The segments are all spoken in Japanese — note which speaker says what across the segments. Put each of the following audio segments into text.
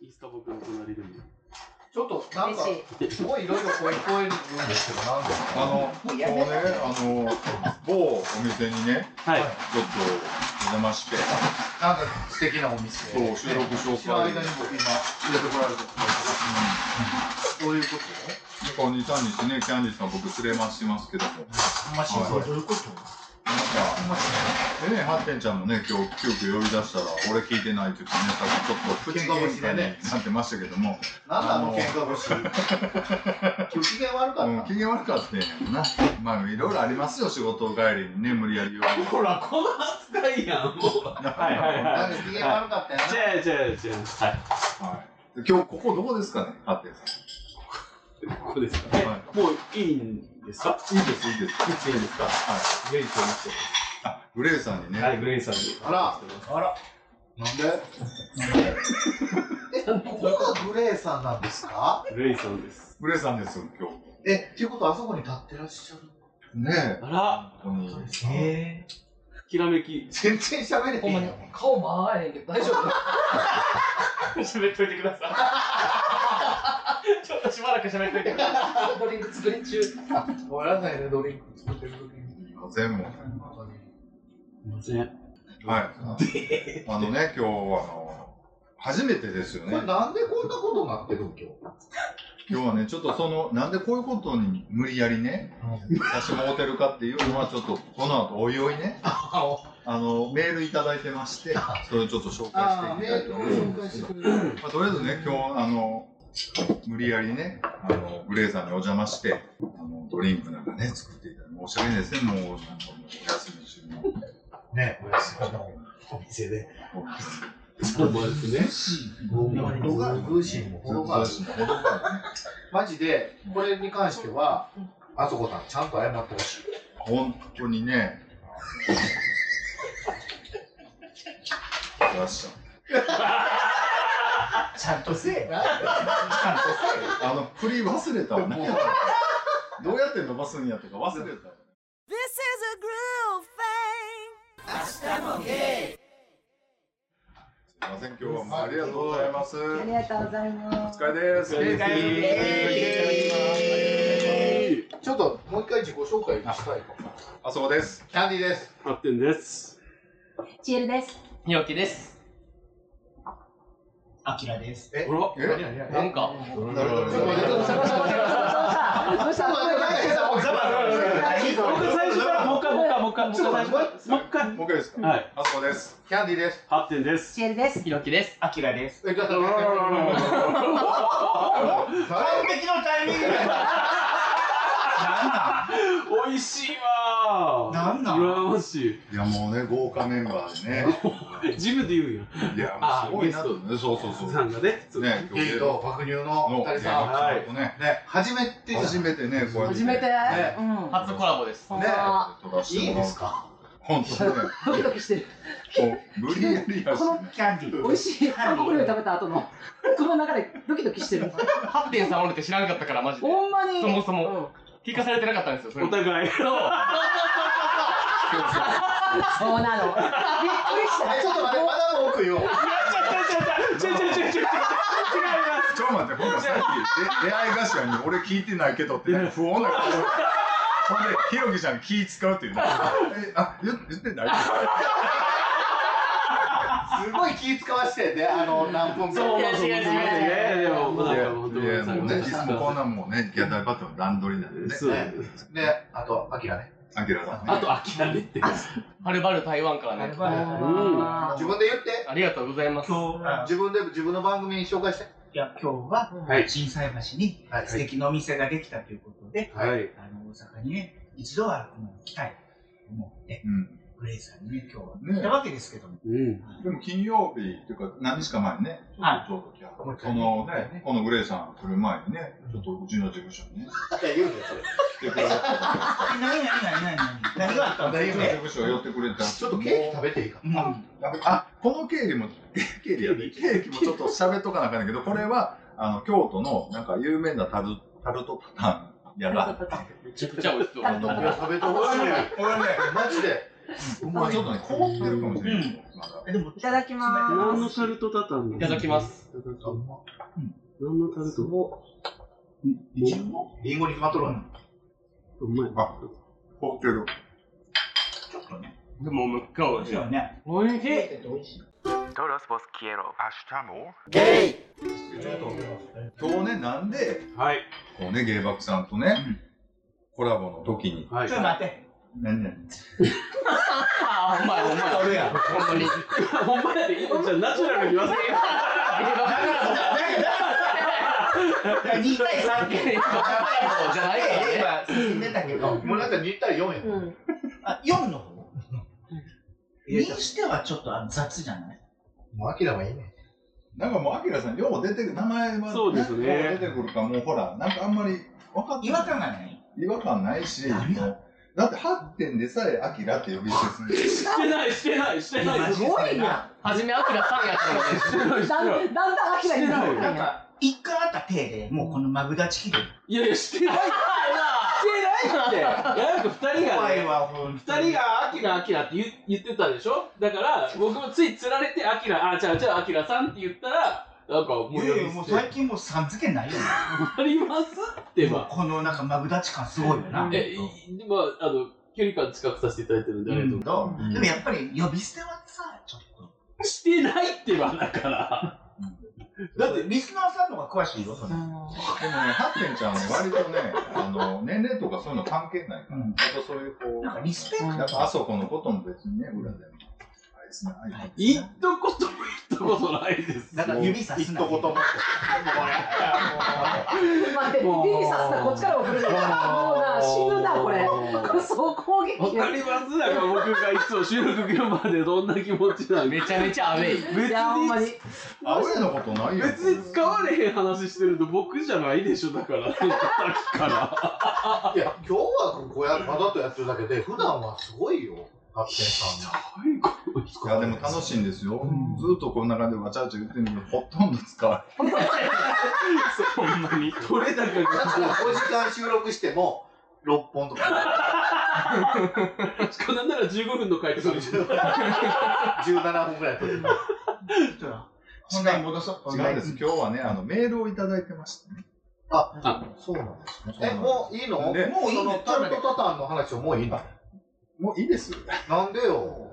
Speaker 1: イスタ僕の隣でも。
Speaker 2: ちょっとなんか
Speaker 3: 嬉しい。
Speaker 2: すごいいろいろこう聞こえるんですけどなんで
Speaker 4: あの、こうね、あの、某お店にね、
Speaker 1: はい。
Speaker 4: ちょっとお邪魔して、
Speaker 2: なんか素敵なお店
Speaker 4: そう収録紹介
Speaker 2: 知らない間に僕今連れてこられてどういうこと
Speaker 4: なんか2、3日ね、キャンディーさん僕連れ回してますけども、なんか、
Speaker 2: ほんましんどい
Speaker 5: どういうこと
Speaker 4: でね、ハッテンちゃんもね、今日急遽呼び出したら、俺聞いてないって言ってね、さっきちょっと、喧嘩みたいになってましたけども、
Speaker 2: なんだあの喧 嘩腰今日機嫌悪か
Speaker 4: うん、
Speaker 2: った
Speaker 4: 機嫌悪かったんやろな。まあ、いろいろありますよ、仕事帰りにね、無理やり呼び出
Speaker 1: ほら、この扱いやん、もう。はいはいは
Speaker 2: なんか機嫌悪かったよな
Speaker 1: じゃあ、じゃあ、じゃあ、はい。
Speaker 4: はい。今日、ここどこですかね、ハッテンさ
Speaker 1: ここですか
Speaker 4: ん。
Speaker 1: ね。
Speaker 4: はい。
Speaker 1: もういいんですか
Speaker 4: いいです、いいです。
Speaker 1: いついいんですか。
Speaker 4: はい
Speaker 1: グレイさんにして。
Speaker 4: あ、グレイさんにね、
Speaker 1: はい、グレイさんに。
Speaker 2: あらあらなんでえ、ここがグレーさんなんですか
Speaker 1: グレイさんです。
Speaker 4: グレイさんですよ、今日。
Speaker 2: え、っていうことはあそこに立ってらっしゃる
Speaker 4: ねえ、
Speaker 1: あら
Speaker 4: 本当に。
Speaker 5: え
Speaker 1: きらめき。
Speaker 2: 全然喋れ
Speaker 5: ほ
Speaker 2: へ
Speaker 5: んま
Speaker 2: ん
Speaker 5: に
Speaker 2: よ
Speaker 5: 顔回らへんけど大丈夫
Speaker 6: 喋っといてください。ちょっとしばらく喋っといてください。
Speaker 5: ドリンク作り中。
Speaker 2: ごめんなさいね、ドリンク作ってる時に
Speaker 4: ませんもん。
Speaker 2: 本当に
Speaker 1: すいません。
Speaker 4: はい。あのね、今日、あの、初めてですよ
Speaker 2: こ
Speaker 4: ね
Speaker 2: れ。なんでこんなことになってるん今
Speaker 4: 今日はね、ちょっとその、なんでこういうことに無理やりね、差しもうてるかっていうのは、ちょっと、この後、おいおいね、
Speaker 2: 日
Speaker 4: あの、メールいただいてまして、それをちょっと紹介していきたいと思います。
Speaker 2: 介してく
Speaker 4: まあ、とりあえずね、今日、あの、無理やりね、あの、グレイさんにお邪魔して、あの、ドリンクなんかね、作っていただいて、申し訳ないですね、もう、なんかもう、お休み中の。
Speaker 2: ね、お休みのお店で
Speaker 1: そうですね。
Speaker 2: ほんまに度が偶心も程がある
Speaker 4: そうですねほどがあるね
Speaker 2: マジで、これに関しては、あそこさんちゃんと謝ってほしい。
Speaker 4: 本当にね。出し
Speaker 5: ちゃんとせえ。
Speaker 4: た。あの、振り忘れたわ。何やったのどうやって伸ばすんやとか忘れたわ。
Speaker 7: This is a groove thing.
Speaker 4: すいません、今日はもうありがとうございます。お
Speaker 3: ありがとうございます。
Speaker 4: 疲れです。
Speaker 1: お疲れです
Speaker 4: イエーイ
Speaker 1: え
Speaker 2: ちょっと、もう一回自己紹介したいかも。
Speaker 4: あそこです。
Speaker 2: キャンディーです。
Speaker 1: ー、ハッテンです。
Speaker 3: チエルです。
Speaker 6: ひろきです。あきらです。
Speaker 1: あら
Speaker 4: え誰
Speaker 6: なんか、
Speaker 5: どう
Speaker 4: 々
Speaker 5: したどうしたどうしたどうした
Speaker 2: ちょっ
Speaker 1: 僕最初からもう一回、もう一回、もう一回、もう一
Speaker 2: と待
Speaker 1: 回
Speaker 2: っ
Speaker 1: 最
Speaker 2: て
Speaker 1: 初から。もう一回。
Speaker 4: もう一回ですか
Speaker 1: はい。
Speaker 4: あそこです。
Speaker 2: キャンディーです。
Speaker 1: ハッテンです。
Speaker 3: チエルです。
Speaker 6: ひろきです。あきらです。
Speaker 2: え、ちょっと
Speaker 1: あらららららら
Speaker 6: 完璧のタイミングなんだ
Speaker 1: 美味しいわー。
Speaker 6: なんなん
Speaker 1: 羨ましい。
Speaker 4: いや、もうね、豪華メンバーでね。
Speaker 1: ジムで言うんや。
Speaker 4: いや、もうすごいなと。そうそうそう。
Speaker 1: さんがね。
Speaker 4: ね、今
Speaker 2: ゲイ
Speaker 4: 日
Speaker 2: と爆乳の
Speaker 4: の
Speaker 2: お二人さん。
Speaker 1: はい
Speaker 4: ねね
Speaker 2: ね、初めてじゃん
Speaker 4: 初めてね、こうやって
Speaker 3: 初めて。
Speaker 2: ね
Speaker 3: うん。
Speaker 6: 初コラボです。
Speaker 3: ね
Speaker 4: 撮らせて
Speaker 2: いい
Speaker 4: も
Speaker 2: で
Speaker 4: らう
Speaker 2: すか
Speaker 4: 本当ね。
Speaker 5: ドキドキしてる。
Speaker 4: もう無理やりやし
Speaker 5: この
Speaker 6: キャンディ
Speaker 5: 美味しい韓国料理食べた後の、この流れ、ドキドキしてる。
Speaker 6: ハッテンさんおるって知らんかったから、マジで。
Speaker 5: ほんまに。
Speaker 6: そもそも
Speaker 5: うん。
Speaker 6: 聞かされてなかったんですよ、それ
Speaker 1: お
Speaker 6: も。
Speaker 1: 互い。
Speaker 5: そうなの。びっくりした。
Speaker 2: え、ちょっと待って、まだもう奥よ。
Speaker 1: 違う違う違う違う違う違う違う違う違う
Speaker 4: ちょっと待って、ほんまさっき、で出会い頭に俺聞いてないけどって、ね、不穏なこと。ほんで、ひろきちゃんに気使うっていうね。え、あ、言言ってない
Speaker 2: すごい気使わしてね、あの、何分か。
Speaker 1: そう
Speaker 6: いや
Speaker 1: そうそうい
Speaker 6: 違う違う
Speaker 1: やいやいやもうなんか本当
Speaker 4: い
Speaker 1: に
Speaker 4: や、もうね、いつもこん
Speaker 1: な
Speaker 4: なんもうね、ギャダイバトルの段取りなんでね。
Speaker 1: そう
Speaker 2: で、あと、アキラね。
Speaker 4: アキラさんね。
Speaker 1: あと諦めて
Speaker 6: はるばる台湾からね。
Speaker 3: うん
Speaker 2: 自分で言って。
Speaker 6: ありがとうございます。
Speaker 8: 今日は、
Speaker 2: 自分で自分の番組紹介して。
Speaker 8: いや、今日は、
Speaker 1: はい
Speaker 8: 震災橋に
Speaker 2: はい
Speaker 8: 素敵なお店ができたということで、
Speaker 1: はい
Speaker 8: あの、大阪にね、一度はもう来たいと思って、
Speaker 4: うん。
Speaker 8: グレイさんにね、今日は
Speaker 4: ね
Speaker 8: 来たわけですけども、
Speaker 1: うん
Speaker 4: でも金曜日っていうか、何日か前にね、ちょっとちょうど来は
Speaker 8: は
Speaker 4: ったそ
Speaker 8: い
Speaker 4: のね、このグレイさん来る前にね、ちょっとうちの事務所にね、
Speaker 2: って言うんですよ。
Speaker 4: 来てくれたから。
Speaker 8: え、何、何、何、何、 何があったんだ
Speaker 4: うち
Speaker 8: よ
Speaker 4: の事。務所寄ってくれた。
Speaker 2: ちょっとケーキ食べていいか
Speaker 8: うん。
Speaker 4: あ、この経理も、経理やで、経理もちょっと喋っとかなあかんねんけど、これは、あの、京都の、なんか、有名なタル、タルトタタンやら、
Speaker 6: めちゃくちゃ美味しそう。
Speaker 4: あの、
Speaker 2: 食べてほしい。
Speaker 4: 俺ね、
Speaker 2: マジで。う
Speaker 4: ま
Speaker 2: ま
Speaker 4: あ
Speaker 2: い。
Speaker 4: ちょっとね、凍ってるかもしれないです。まだ
Speaker 8: えでも
Speaker 9: いただきます
Speaker 10: 何のタルトタタンなの
Speaker 6: いただきます。
Speaker 10: いただき
Speaker 2: う
Speaker 10: ます
Speaker 2: ま
Speaker 10: 何のタルト
Speaker 2: いちごリンゴに決まっとるわな。
Speaker 10: うまい。
Speaker 4: あ凍ってる。
Speaker 2: ちょっとね。
Speaker 6: でも、むっかお
Speaker 8: 美
Speaker 6: い
Speaker 8: 味
Speaker 6: し
Speaker 8: しいよね。
Speaker 6: おいしい。
Speaker 8: 美味しい。
Speaker 2: ちょっと
Speaker 4: 今日ね、なんで、
Speaker 10: はい。
Speaker 4: こうね、芸爆さんとね、コラボの時に、
Speaker 10: はい
Speaker 8: ちょっと待って。
Speaker 4: 何々
Speaker 6: あ、お前、お前。
Speaker 2: 俺や。
Speaker 6: ほんまに。
Speaker 10: ほんまやで、じゃあナチュラルに言わせて
Speaker 8: だから2対3って。
Speaker 6: じゃないからね。
Speaker 8: 今進んでたけど、
Speaker 2: もうなんか2対4や。
Speaker 11: うん。
Speaker 8: あ、4の方にしてはちょっとあ雑じゃない
Speaker 2: もうアキラはいいね。
Speaker 4: なんかもう、アキラさん、よう出てくる、名前はね
Speaker 10: そうですね
Speaker 4: よう出てくるから、もうほら、なんかあんまり分かって
Speaker 8: 違
Speaker 4: ない
Speaker 8: 和感がない。
Speaker 4: 違和感ないし、
Speaker 8: 何が
Speaker 4: もうだって8点でさえ、アキラって呼び捨てする。
Speaker 10: してない、してない、してない。
Speaker 8: すごいな。
Speaker 6: はじめ、アキラさんやったのに。
Speaker 10: してない、して
Speaker 5: だん
Speaker 10: な
Speaker 5: だ
Speaker 10: い。
Speaker 5: ん、だんだん秋がいなくな
Speaker 8: な
Speaker 5: っ
Speaker 8: ん
Speaker 5: たんや
Speaker 8: か、一回あった手で、もうこのマブダチ切る。
Speaker 10: いやいや、してない。してないって。いやなんか二人が
Speaker 8: 怖い
Speaker 10: ね。
Speaker 8: わ、ほんと
Speaker 10: 二
Speaker 8: に
Speaker 10: 人がアキラアキラって言言ってたでしょだから僕もついつられてアキラあちゃうちゃうアキラさんって言ったらなんかもう呼び
Speaker 8: い
Speaker 10: 捨
Speaker 8: や
Speaker 10: て
Speaker 8: いやもう最近もうさん付けないよね。
Speaker 10: ありますってば
Speaker 8: このなんかマブダチ感すごいよな。
Speaker 10: えいまああの距離感近くさせていただいてるんであれと思う
Speaker 4: うん
Speaker 8: でもやっぱり呼び捨てはさ、ちょっと。
Speaker 10: してないってばだから
Speaker 8: だってリスナーさんの方が詳しいよ、それ。
Speaker 4: でもね、ハッテンちゃんは割とね、あの、年齢とかそういうの関係ないから、
Speaker 8: うん
Speaker 4: あとそういうこう、
Speaker 8: なんかリスペクト
Speaker 4: なんかあそこのことも別にね、裏でも。あれですね、あい
Speaker 10: 言ったことも言ったことないです
Speaker 8: だから指さ
Speaker 2: 一
Speaker 8: すな。
Speaker 2: 言も。
Speaker 5: 待って、指さすな、こっちから送るの。もうな、死ぬな、これ。これ、総攻撃。
Speaker 10: わかりますだから僕がいつも収録現場でどんな気持ちなの
Speaker 6: めちゃめちゃアウェイ。
Speaker 10: 別
Speaker 5: いや、ほんま
Speaker 10: に
Speaker 5: に。
Speaker 4: アウェイのことないよ。
Speaker 10: 別に使われへん話してると僕じゃないでしょだからさっきから
Speaker 2: いや、今日はこうや、わざとやってるだけで、普段はすごいよ。ハッテンさんの
Speaker 10: どういうこと
Speaker 2: 使。
Speaker 4: いうや、でも楽しいんですよ。ずっとこんな感じでわちゃわちゃ言ってるけど、ほとんど使わ
Speaker 10: ほんまに取れ高
Speaker 2: だ
Speaker 10: が
Speaker 2: から5時間収録しても、6本と か、
Speaker 10: しかもなんなら15分の回答です
Speaker 2: 17分ぐらい撮る。
Speaker 8: 本題に戻そう。
Speaker 4: ない。違うんです。今日はね、あの、メールをいただいてましてね。
Speaker 2: そうなんですね。
Speaker 4: そう
Speaker 2: え、
Speaker 4: なんです
Speaker 2: もういいのも
Speaker 4: で
Speaker 2: ういいのタルトタタンの話はもういいの
Speaker 4: もういいです。
Speaker 2: なんでよ。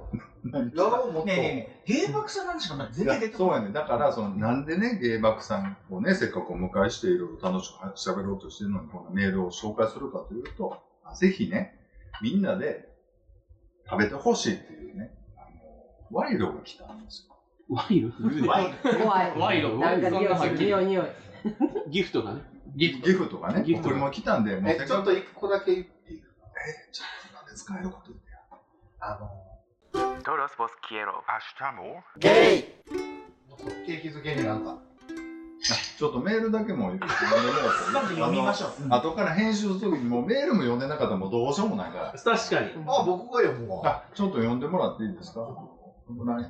Speaker 2: やろう、もっと。
Speaker 8: ねえねえねえ、芸爆さんなんしかまだ全
Speaker 4: い
Speaker 8: 然
Speaker 4: や
Speaker 8: 出てこ
Speaker 4: そう
Speaker 8: ない。
Speaker 4: やね。だから、その、なんでね、芸爆さんをね、せっかくお迎えして、いろいろ楽しく喋ろうとしてるのに、このメールを紹介するかというと、ぜひね、みんなで食べてほしいっていうね、あの、賄賂が来たんですよ。
Speaker 10: ワイル
Speaker 8: ワイ
Speaker 5: 怖い。
Speaker 6: 賄賂
Speaker 5: なんか匂いする、匂い、匂い。
Speaker 10: ギフトがね
Speaker 6: ギフ
Speaker 4: ギフトがね、
Speaker 10: ギフト
Speaker 4: これも来たんで、もう
Speaker 2: え、ちょっと一個だけ言っていい
Speaker 4: ちょっとなんで使えること言ってや
Speaker 2: あの、なんか景気づけになんか、
Speaker 4: ちょっとメールだけも読んでもらっていい
Speaker 8: なんか読みましょう。うん
Speaker 4: あの後から編集するときにもうメールも読んでなかったらもうどうしようもないから。
Speaker 10: 確かに
Speaker 2: あ、僕が読むわ。
Speaker 4: あ、ちょっと読んでもらっていいですかこのライ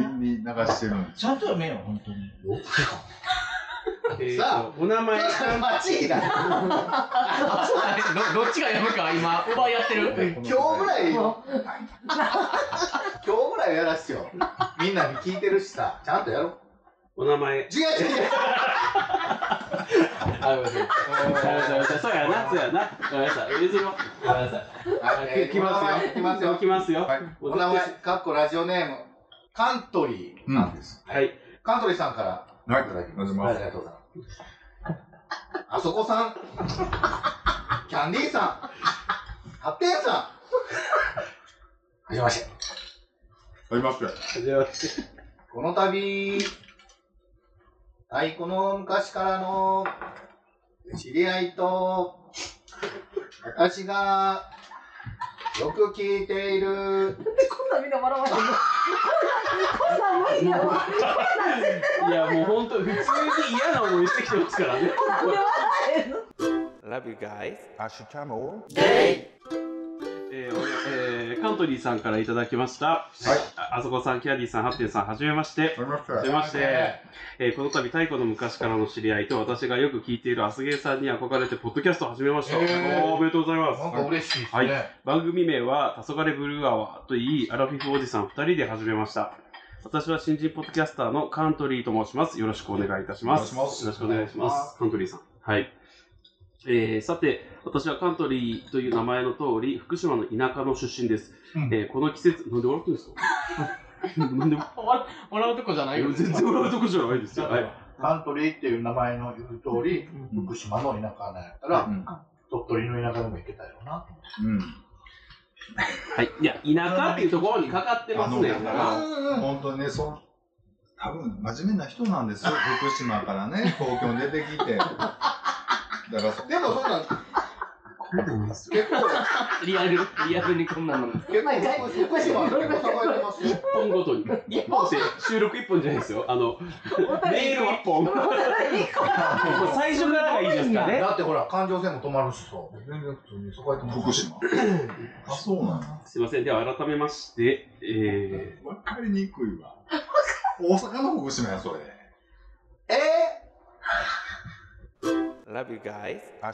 Speaker 4: ンに流してるんです。
Speaker 8: ちゃんと読めよ、本当に。
Speaker 10: えーと
Speaker 2: さ
Speaker 10: お名前
Speaker 2: マジだ。
Speaker 6: どどっちが読むか今、奪い合ってる。
Speaker 2: 今日ぐらい、今
Speaker 5: も
Speaker 2: 日ぐらいやらしてよ。みんなに聞いてるしさ、ちゃんとやろう。
Speaker 10: お名前
Speaker 2: 違う違う違う。
Speaker 10: あ、ごめんなさい。ごめんなさい。そうやな、そうやな。ごめんなさい。譲ろう。ごめんなさい。
Speaker 2: あえー
Speaker 10: 来ますよ。
Speaker 2: 来ますよ。
Speaker 10: 来ますよ。
Speaker 4: はい。
Speaker 2: お名前、かっこラジオネーム、カントリーなんです。
Speaker 10: はい。
Speaker 2: カントリーさんから
Speaker 4: はい
Speaker 2: いただき
Speaker 4: お願
Speaker 2: ま
Speaker 4: い
Speaker 2: す。
Speaker 4: します
Speaker 2: ありがとうございます。あそこさん、キャンディーさん、ハッテンさん、はじめまして。
Speaker 4: ありました。
Speaker 10: はじめまして。
Speaker 2: この度、太鼓の昔からの知り合いと、私がよく聞いている
Speaker 5: こんなんみんな笑わない。こんなん、こんなん無理だわ。こんなん絶対
Speaker 10: いや、もう本当普通に嫌な思いしてきてますからね。
Speaker 5: なんで笑えへんの。
Speaker 10: えーおえーカントリーさんからいただきました。はい。 、あそこさん、キャディさん、ハッピーさん、はじめまして。
Speaker 4: りました
Speaker 10: はじめまして。えーこの度、太古の昔からの知り合いと、私がよく聞いているアスゲーさんに憧れて、ポッドキャストを始めました。
Speaker 8: へー
Speaker 10: おーおめでとうございます。
Speaker 8: なんか嬉しいですね。
Speaker 10: はい番組名は「黄昏ブルーアワー」といいアラフィフおじさん2人で始めました私は新人ポッドキャスターのカントリーと申しますよろしくお願いいたします
Speaker 4: お願いします
Speaker 10: よろしくお願いしますカントリーさんはいえー、さて私はカントリーという名前の通り福島の田舎の出身です、
Speaker 8: うん
Speaker 10: えーこの季節なんで笑ってん ですかなんで
Speaker 6: 笑笑うとこじゃないよ。
Speaker 10: 全然笑うとこじゃないですよ、はい、
Speaker 8: カントリーっていう名前の言う通り、
Speaker 4: うん
Speaker 8: 福島の田舎なんやったら、
Speaker 4: うん
Speaker 8: 鳥取の田舎でも行けたよな。
Speaker 4: うん
Speaker 10: はい、いや田舎っていうところにかかってますね
Speaker 4: あの
Speaker 10: だから
Speaker 4: 本当にね、そう、多分真面目な人なんですよ、福島からね、東京に出てきて。だからそ、
Speaker 2: でもそんなん、結構、
Speaker 6: リアル、リアルにこんなの。
Speaker 2: 結構、福島は結構栄えてますよ。
Speaker 10: 1本ごとに1本って収録1本じゃないですよあのメール1本最初からがいいですかね。
Speaker 2: だってほら、環状線も止まるしさ、全然普通に栄えてますよ
Speaker 4: 福島。あ、そうなの
Speaker 10: すいません。では改めまして、え
Speaker 4: わかりにくいわ。大阪の福島や、それ。
Speaker 2: えー
Speaker 12: Love you guys.
Speaker 10: ー、まあ、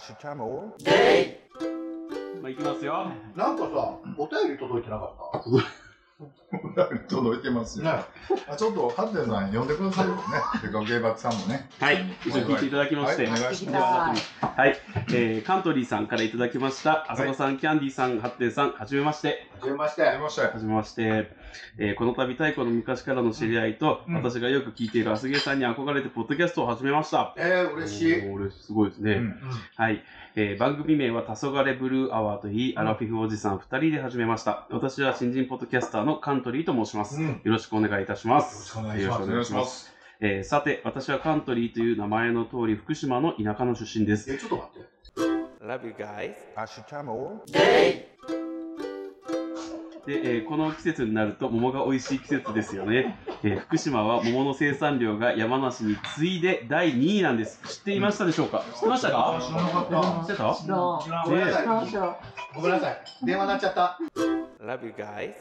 Speaker 10: いきますよ。
Speaker 2: なんかさ、お便り届いてなかった
Speaker 4: 届いてますよ。あちょっと、ハッテンさん呼んでくださいよね。てか、芸爆さんもね。
Speaker 10: はい。一応聞いていただきまして。
Speaker 4: はいお願いしま
Speaker 10: はい、えー、カントリーさんからいただきました。あそこさん、キャンディーさん、ハッテンさん、はじめまして。
Speaker 2: はじめまして。
Speaker 4: 出ましたよ。
Speaker 10: はじめまして、えーこの度太古の昔からの知り合いと、
Speaker 8: うん
Speaker 10: 私がよく聞いているアスゲーさんに憧れてポッドキャストを始めました。
Speaker 2: えー、嬉しい。
Speaker 10: おー嬉しい。すごいですね。
Speaker 4: うん
Speaker 10: はい、えー番組名は「黄昏ブルーアワー」といい、アラフィフおじさん2人で始めました私は新人ポッドキャスターのカントリーと申します、
Speaker 8: うん
Speaker 10: よろしくお願いいたします
Speaker 8: よろしくお願いし
Speaker 10: よ
Speaker 8: ま
Speaker 10: ろ
Speaker 8: す
Speaker 10: しくお願いしますえーさて私はカントリーという名前の通り福島の田舎の出身です
Speaker 2: え、ちょっと待って。
Speaker 12: Love you guys.
Speaker 10: で、えーこの季節になると桃が美味しい季節ですよね、えー福島は桃の生産量が山梨に次いで第2位なんです知っていましたでしょうか、知ってましたか
Speaker 8: 知らなか
Speaker 10: 知ってた
Speaker 5: どう
Speaker 2: ごめんなさい。
Speaker 5: どうしよ
Speaker 2: ごめんなさい。電話鳴っちゃった。
Speaker 12: Love you guys.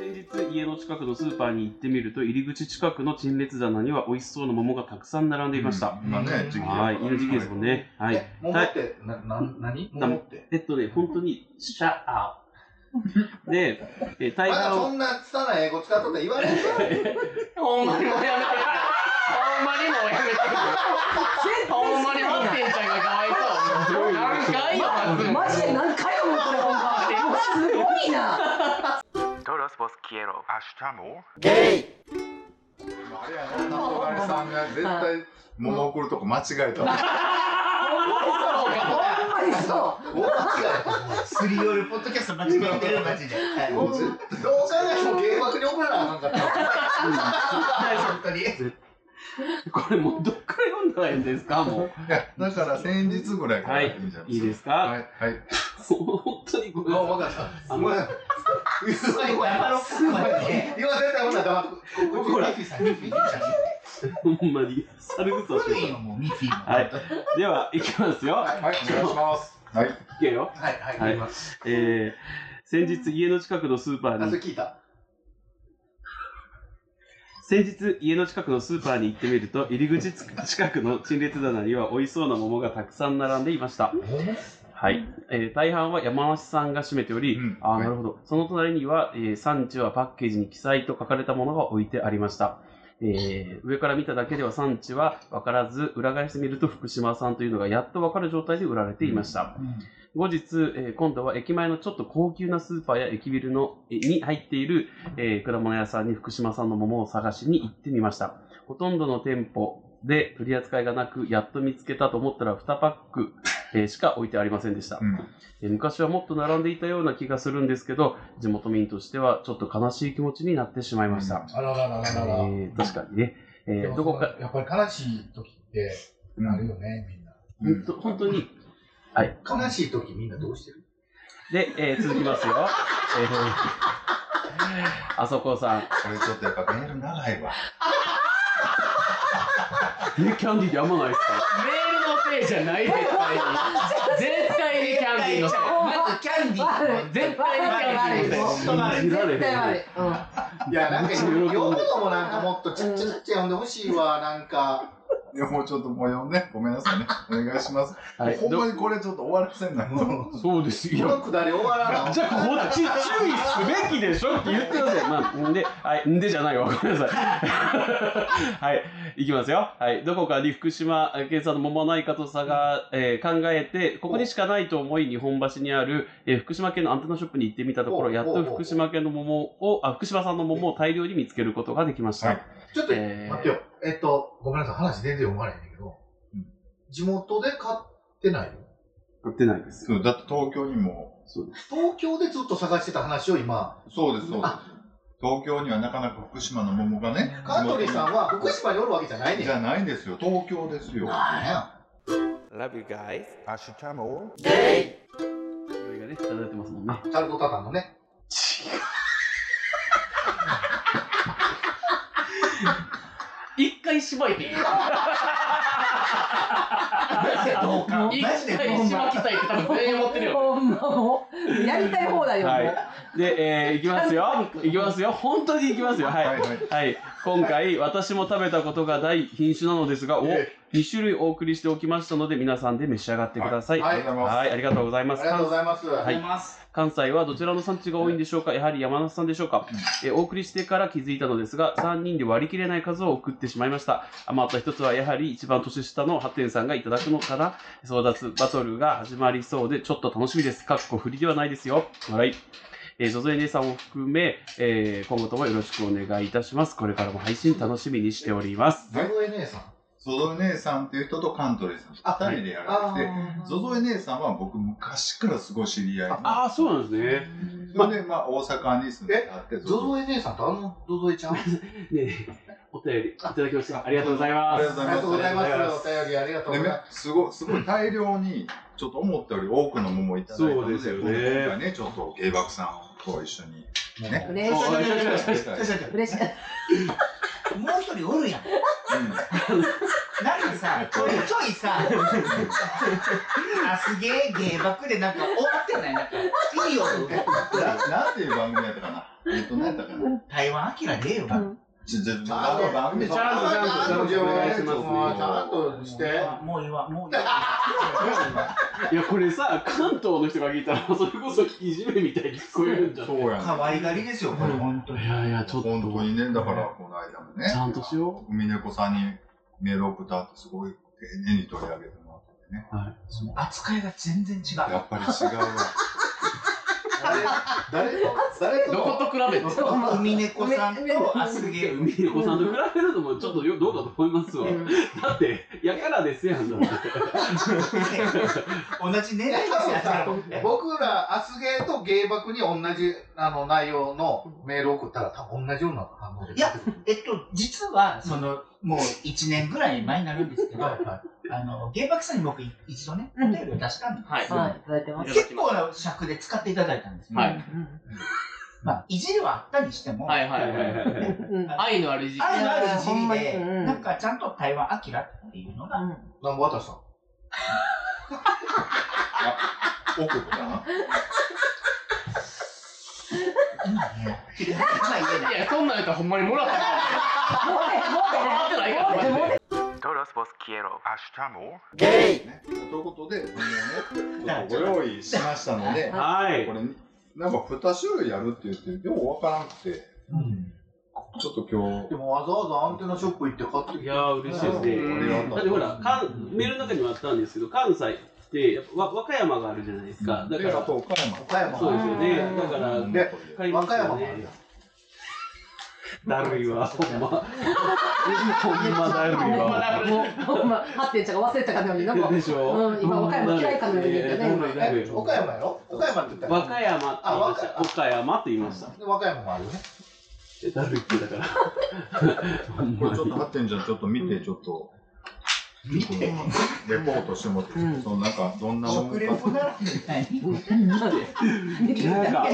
Speaker 10: 先日家の近くのスーパーに行ってみると入り口近くの陳列棚には美味しそうな桃がたくさん並んでいました、
Speaker 4: 今ね、時期
Speaker 10: はい、今時期ですもんね。はい。
Speaker 2: え、桃って、な、な、何桃って。
Speaker 10: えっとね、本当に、シャア。で、えー、
Speaker 2: ま
Speaker 10: 大
Speaker 2: だ
Speaker 10: 半
Speaker 2: そ
Speaker 10: を、
Speaker 2: んな拙い英語使っとったら言われるよ。
Speaker 6: ほんまにもうやめて。ほんまにもうやめて。ほんまにマッテンちゃんがかわいそう。何回よ、マ
Speaker 5: うマジで何回もこれほんまうわすごいな
Speaker 12: Todos vos quiero.
Speaker 4: あれやな、憧れさんが絶対、桃送るとこ間違えた。
Speaker 5: ほんまにそ
Speaker 8: すり寄るポッドキャスト間違えてる、マジで。はい
Speaker 2: どう考えても芸爆に怒らなあかんかった。
Speaker 8: 本当に。
Speaker 10: これもうどっから読んだらいいんです かも
Speaker 4: いや、だから先日ぐらいからいいんじゃな
Speaker 10: う。い
Speaker 4: いで
Speaker 10: い
Speaker 4: す
Speaker 10: ですか、
Speaker 4: か。はい、はい。
Speaker 10: そう本当にごめんな
Speaker 2: もう
Speaker 10: さい。
Speaker 2: 分かった。
Speaker 10: あ
Speaker 2: ご
Speaker 10: の
Speaker 2: めん。
Speaker 8: すごい、やばろ。すごいね。
Speaker 2: 今絶対ほんなら黙っ
Speaker 8: 僕ら、ミッフィーさん、ミッフィーちゃん。
Speaker 10: ほんまに、猿ぐさし
Speaker 8: 古いよ、もう、ミッフィーも。
Speaker 10: はい。では、いきますよ。
Speaker 4: はい、お願いします。はい。
Speaker 10: いけよ。
Speaker 2: はい、はい、
Speaker 10: はい
Speaker 2: 言います。
Speaker 10: えー、先日家の近くのスーパー
Speaker 2: あ、そ
Speaker 10: に
Speaker 2: れ聞いた。
Speaker 10: 先日家の近くのスーパーに行ってみる と入り口つ近くの陳列棚には美味しそうな桃がたくさん並んでいましたはい、えー大半は山梨さんが占めており、
Speaker 4: うん
Speaker 10: あ
Speaker 4: は
Speaker 10: ー
Speaker 4: い
Speaker 10: なるほどその隣には、えー産地はパッケージに記載と書かれたものが置いてありましたえー上から見ただけでは産地は分からず裏返してみると福島産というのがやっと分かる状態で売られていました、後日、えー今度は駅前のちょっと高級なスーパーや駅ビルのえに入っている、えー果物屋さんに福島産の桃を探しに行ってみましたほとんどの店舗で取り扱いがなくやっと見つけたと思ったら2パック、えーしか置いてありませんでした、
Speaker 4: うん
Speaker 10: えー昔はもっと並んでいたような気がするんですけど地元民としてはちょっと悲しい気持ちになってしまいました、
Speaker 8: あらららららら。
Speaker 10: えー確かにね、えー
Speaker 8: でも
Speaker 10: どこか、
Speaker 8: やっぱり悲しい時って、
Speaker 4: うん
Speaker 8: なるよね、みんな。
Speaker 4: うん
Speaker 10: ほんと本当に
Speaker 2: 悲しい時みんなどうしてる
Speaker 10: で、えー続きますよ、えーあそこさん
Speaker 4: これちょっとやっぱメール 長いわ。
Speaker 10: えキャンディーでやまないですか
Speaker 6: メールのせせじゃない絶対に絶対にキャンディーのせい
Speaker 8: まずキャンディー。
Speaker 6: 絶対にキャンディーのせい
Speaker 8: 本当だね
Speaker 5: 絶対悪い。うん。
Speaker 2: いや、なんか、呼ぶのもなんかもっとちっちゃちっちゃ呼んでほしいわ、なんか。
Speaker 4: いや、もうちょっともう呼んで、ごめんなさいね。お願いします。
Speaker 10: はい
Speaker 4: ほんまにこれちょっと終わらせないと。
Speaker 10: そうです
Speaker 2: このくだり終わらな。
Speaker 10: じゃあこっち注意すべきでしょって言ってください。まあ、んで、はい、んでじゃないわ。ごめんなさい。 はい、いきますよ。はい、どこかに福島県産の桃のないかとさが、えー考えて、ここにしかないと思い、日本橋にある、えー福島県のアンテナショップに行ってみたところ、
Speaker 2: お
Speaker 10: やっ
Speaker 2: お
Speaker 10: と
Speaker 2: お
Speaker 10: 福島県の桃を、あ、福島産の桃を大量に見つけることができました。
Speaker 4: はい
Speaker 2: ちょっと、待
Speaker 10: えー
Speaker 2: ってよ。えっと、ごめんなさい、話全然読まないんだけど
Speaker 4: うん、
Speaker 2: 地元で買ってないの
Speaker 10: 売ってないです。
Speaker 4: そう、だって東京にも、
Speaker 2: 東京でずっと探してた話を今、
Speaker 4: そうです、そうです。東京にはなかなか福島の桃がね。
Speaker 2: カントリーさんは福島におるわけじゃないねん。
Speaker 4: じゃないですよ。東京ですよ。
Speaker 2: なんや
Speaker 12: Love you guys.
Speaker 10: 匂いがね、漂ってますもんね。
Speaker 2: タルトタタンのね。
Speaker 6: 一回しばいていい
Speaker 8: マジでどうか。マ
Speaker 6: 一
Speaker 8: ジで
Speaker 6: 回
Speaker 8: どう
Speaker 6: しばき
Speaker 8: か。
Speaker 6: たいって多分全員思ってるよ
Speaker 5: ほんまもうやりたい放題よ、もう
Speaker 10: はい。で、えー、いきますよ。いきますよ。本当にいきますよ。はい。
Speaker 4: はいはい。
Speaker 10: はい、今回私も食べたことがない品種なのですが、お、
Speaker 4: え
Speaker 10: 2種類お送りしておきましたので、皆さんで召し上がってください。
Speaker 4: あ
Speaker 10: は
Speaker 4: り
Speaker 10: い、
Speaker 4: がとうございま
Speaker 10: はいありがとうござい
Speaker 2: あ
Speaker 10: ま
Speaker 2: り
Speaker 10: す。
Speaker 2: がとうございます。
Speaker 10: はい関西はどちらの産地が多いんでしょうかやはり山梨産でしょうか、えーお送りしてから気づいたのですが、3人で割り切れない数を送ってしまいました。あまた一つはやはり一番年下のハテンさんがいただくのかな争奪バトルが始まりそうでちょっと楽しみです。かっこ振りではないですよ。笑い。えー、女性姉さんを含め、えー今後ともよろしくお願いいたします。これからも配信楽しみにしております。
Speaker 2: ゾゾエ姉さん。
Speaker 4: ゾゾエ姉さんっていう人とカントリーさん、
Speaker 2: あ
Speaker 4: 二人でやら
Speaker 2: あ
Speaker 4: れてて、
Speaker 2: ー
Speaker 4: ゾゾエ姉さんは僕昔からすごい知り合いで、
Speaker 10: ああ、そうなんですね。
Speaker 4: それでまあ大阪に住んであって、
Speaker 2: ゾゾエ姉さんとあのゾゾエちゃん。
Speaker 10: ねえねえ、お便りいただきましてありがとうございま
Speaker 4: あり
Speaker 10: す。
Speaker 4: がとうご
Speaker 2: あ
Speaker 4: ざ
Speaker 2: りがとうございます。
Speaker 10: ありがとう
Speaker 2: お便りありがとう
Speaker 4: で
Speaker 2: ござい
Speaker 4: ね
Speaker 2: ます。、
Speaker 4: すごい、すごい大量に、ちょっと思ったより多くの桃をいただいたの
Speaker 10: そう
Speaker 4: で、
Speaker 10: ですよね
Speaker 4: 今回ね、ちょっと芸爆さんと一緒に、ね。
Speaker 5: 嬉し
Speaker 10: そう
Speaker 5: い。
Speaker 8: も
Speaker 5: 嬉しい。
Speaker 8: う一人おるやん。
Speaker 4: う
Speaker 8: なんかさ、ちょいちょいさ、あ、すげえ、芸爆でなんか終わってない。なんか、いいよ。
Speaker 4: んななんていう番組やったかなえっと、何やったかな
Speaker 8: 台湾アキラ出えよな。
Speaker 4: ちょ、ちょ、ちょ、
Speaker 2: あ
Speaker 4: あ
Speaker 2: の
Speaker 4: の番組
Speaker 10: ちゃんとちゃんとちゃんとお願いしますね
Speaker 2: ちゃんとして。
Speaker 8: もういいわ、もういいわ。
Speaker 10: いや、これさ、関東の人が聞いたら、 それこそいじめみたいに聞こえるんじゃん。い
Speaker 4: そうやね。
Speaker 8: 可愛がりですよ、これ、本当に。
Speaker 10: やいや、ちょっと、
Speaker 4: 本当にね、だから、この間もね、
Speaker 10: ちゃんとしよ
Speaker 4: 海猫さんにメール送った後、すごい丁寧に取り上げてもらっててね。
Speaker 10: はい
Speaker 4: その
Speaker 8: 扱いが全然違
Speaker 4: や
Speaker 8: う。
Speaker 4: っぱり違うわ。
Speaker 2: 誰と誰と
Speaker 6: どこと比べて
Speaker 8: 海猫さんとアスゲ
Speaker 10: う。
Speaker 8: ー
Speaker 10: 海猫さんと比べるのも、ちょっとよどうかと思いますわ。だって、やからですやん、 だって。
Speaker 8: 同じ狙いですよ、
Speaker 2: 僕ら、アスゲーと芸爆に同じあの内容のメール送ったら、多分同じような反応で。
Speaker 8: いや、えっと、実は、その、もう1年ぐらい前になるんですけど、
Speaker 2: はい
Speaker 8: あ
Speaker 2: は
Speaker 8: の、原爆さんに僕一度ね、お便りを出したんで
Speaker 6: はい
Speaker 5: はい、いただいてます。
Speaker 8: す。結構な尺で使っていただいたんですよ。
Speaker 6: はい
Speaker 8: まあ、いじりはあったにしても、
Speaker 6: はいはいはいはい
Speaker 5: うん。
Speaker 6: 愛のある時期
Speaker 8: あるある
Speaker 5: ほん
Speaker 8: 時
Speaker 5: ま
Speaker 8: 期
Speaker 5: に
Speaker 8: で、
Speaker 5: うん
Speaker 8: なんかちゃんと台湾アキラっていう のが、
Speaker 2: い。なんぼ渡したの
Speaker 4: 奥かな
Speaker 8: 今ね、今言えない。
Speaker 6: いやそんなんやったらほんまにもらったらもらってないからマジで
Speaker 12: Todos vos quiero.
Speaker 4: ねということで、桃をね、ちょっとご用意しましたので、こ
Speaker 10: はい。
Speaker 4: れ、なんか2種類やるって言って、ようわからなくて、ちょっと今
Speaker 2: でもわざわざアンテナショップ行って買ってき
Speaker 10: い
Speaker 2: て。
Speaker 10: やー、嬉しいですね。
Speaker 4: うん
Speaker 10: だってほら、かんメールの中にもあったんですけど、関西って、やっぱわ和歌山があるじゃないですか。だ
Speaker 4: 日、
Speaker 10: か
Speaker 4: で、あ
Speaker 10: ら、
Speaker 4: と岡山。
Speaker 2: 岡山
Speaker 10: そうですよね。
Speaker 2: うん
Speaker 10: だから、
Speaker 4: うん
Speaker 2: で
Speaker 10: 買いま
Speaker 2: 和
Speaker 10: した
Speaker 2: 歌
Speaker 10: よね
Speaker 2: 山もあるやん。
Speaker 10: だるいわ、 ほんま。ほんまだるい
Speaker 5: も
Speaker 10: わ。
Speaker 5: う、ほんま、ハッテンちゃんが忘れたかのように、なんか、
Speaker 10: でしょ
Speaker 5: うん今和歌山嫌いかのように言ってね
Speaker 10: ほんまだるい
Speaker 2: え岡山やろ岡山って言ったら。
Speaker 10: 和歌山って言いました。
Speaker 2: あ和
Speaker 10: 岡山って言いました。
Speaker 2: で和歌山もあるよね。
Speaker 10: え、だるいってだから。ほん
Speaker 4: こ
Speaker 10: ま
Speaker 4: れちょっ
Speaker 10: に
Speaker 4: と。発展じゃん、ちょっと見て、ちょっと。見てレポートしてもらって、そのなんか、どんなも
Speaker 8: 食
Speaker 4: ん
Speaker 8: レ
Speaker 4: か
Speaker 8: ポならない。
Speaker 10: なんか、
Speaker 4: 品種がさ、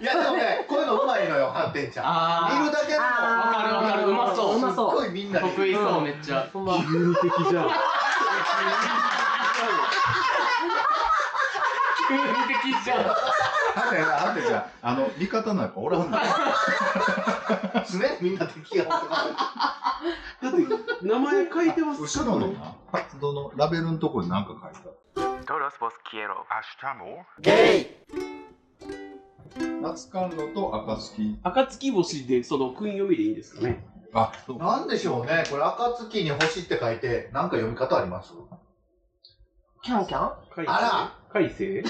Speaker 2: いやでもね、こういうのうまいのよ、ハンテンちゃん。
Speaker 6: あ
Speaker 2: 見るだけでも。
Speaker 6: あわかるわかるうまそう
Speaker 5: うまそう
Speaker 2: すっごいみんなで
Speaker 6: 得意そうめっちゃ
Speaker 5: ほんま
Speaker 10: 急的じゃん。
Speaker 6: 急に的じゃん
Speaker 4: あてあてじゃああの味方なんかおらんの
Speaker 2: 常にみんな敵やっ
Speaker 10: だって、名前書いてます。
Speaker 4: 後ろのな活動のラベルのとこに何か書いてある
Speaker 12: Todos vos quiero.
Speaker 4: 夏甘露と暁
Speaker 10: 暁星で、その、訓読みでいいんですかね。
Speaker 4: あそう
Speaker 2: てなんでしょうねこれ暁に星って書いてなんか読み方あります
Speaker 5: キャンキャン
Speaker 10: 改
Speaker 2: あ
Speaker 10: 正改正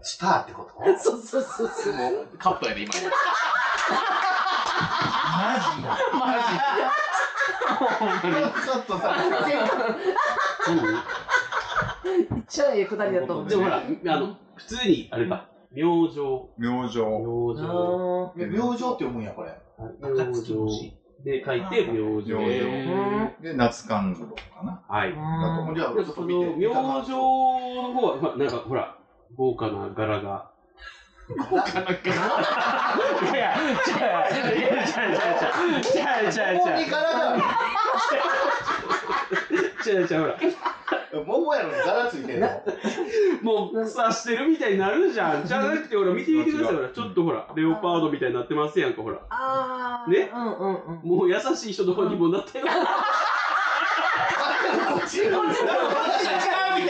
Speaker 2: スターってこと
Speaker 5: そうそうそうそう。
Speaker 6: カットやで今の
Speaker 8: マジや。
Speaker 2: カットされてる
Speaker 5: 一番ええくだりだと思う。
Speaker 10: でもほら、あの、普通に、あれだ、明星。
Speaker 4: 明星
Speaker 10: 明星。
Speaker 5: う
Speaker 2: え明星って読むんやこれ
Speaker 10: 明星。で、書いて、明星。
Speaker 4: 明
Speaker 10: は。
Speaker 4: 星
Speaker 5: ーん。
Speaker 4: で夏甘露かないだと思う
Speaker 2: じゃあちょっと
Speaker 10: そ
Speaker 2: 見
Speaker 10: の
Speaker 2: て
Speaker 10: 明星の方は、まあ、なんかほら、豪華な柄が。
Speaker 2: 豪華
Speaker 10: な柄いや、じゃあ、じゃあ、じゃあ、じゃあ、じゃあ、じゃあ、じゃあ、
Speaker 2: 桃に柄が
Speaker 10: じゃあ、じゃあ、ほら、
Speaker 2: 桃やのに柄ついてるの
Speaker 10: もう草してるみたいになるじゃん。じゃなくて、ほら、見てみてください、ほら、ちょっとほら、レオパードみたいになってますやんか、ほら。
Speaker 5: あー。
Speaker 10: ね
Speaker 5: うんうんうん。
Speaker 10: もう優しい人どこにもなってる。
Speaker 2: こっちの
Speaker 6: 違うみたいな
Speaker 10: 多分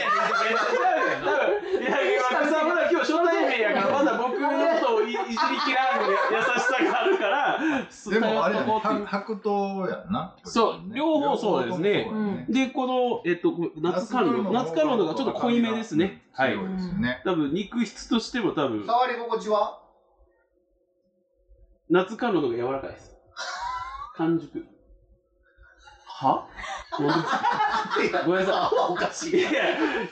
Speaker 10: いや、岩田さんまだ今日初対面やから、まだ僕のことをいいじりきらん優しさがあるから、す
Speaker 4: でもあれや
Speaker 10: 頼
Speaker 4: ね
Speaker 10: っとこうっていう
Speaker 4: 白白桃やんな
Speaker 10: そう両方そうですね
Speaker 4: 両方ともそうや
Speaker 10: で、この、えっと、夏カロン、夏カロンのがちょっと濃いめですね。はい。
Speaker 4: 強いですよね。
Speaker 10: 多分、肉質としても多分、
Speaker 2: 触り心地は
Speaker 10: 夏カロンのが柔らかいです。完熟。はなんでごめんなさ
Speaker 2: 泡 おかし
Speaker 10: い。い
Speaker 2: い
Speaker 10: や、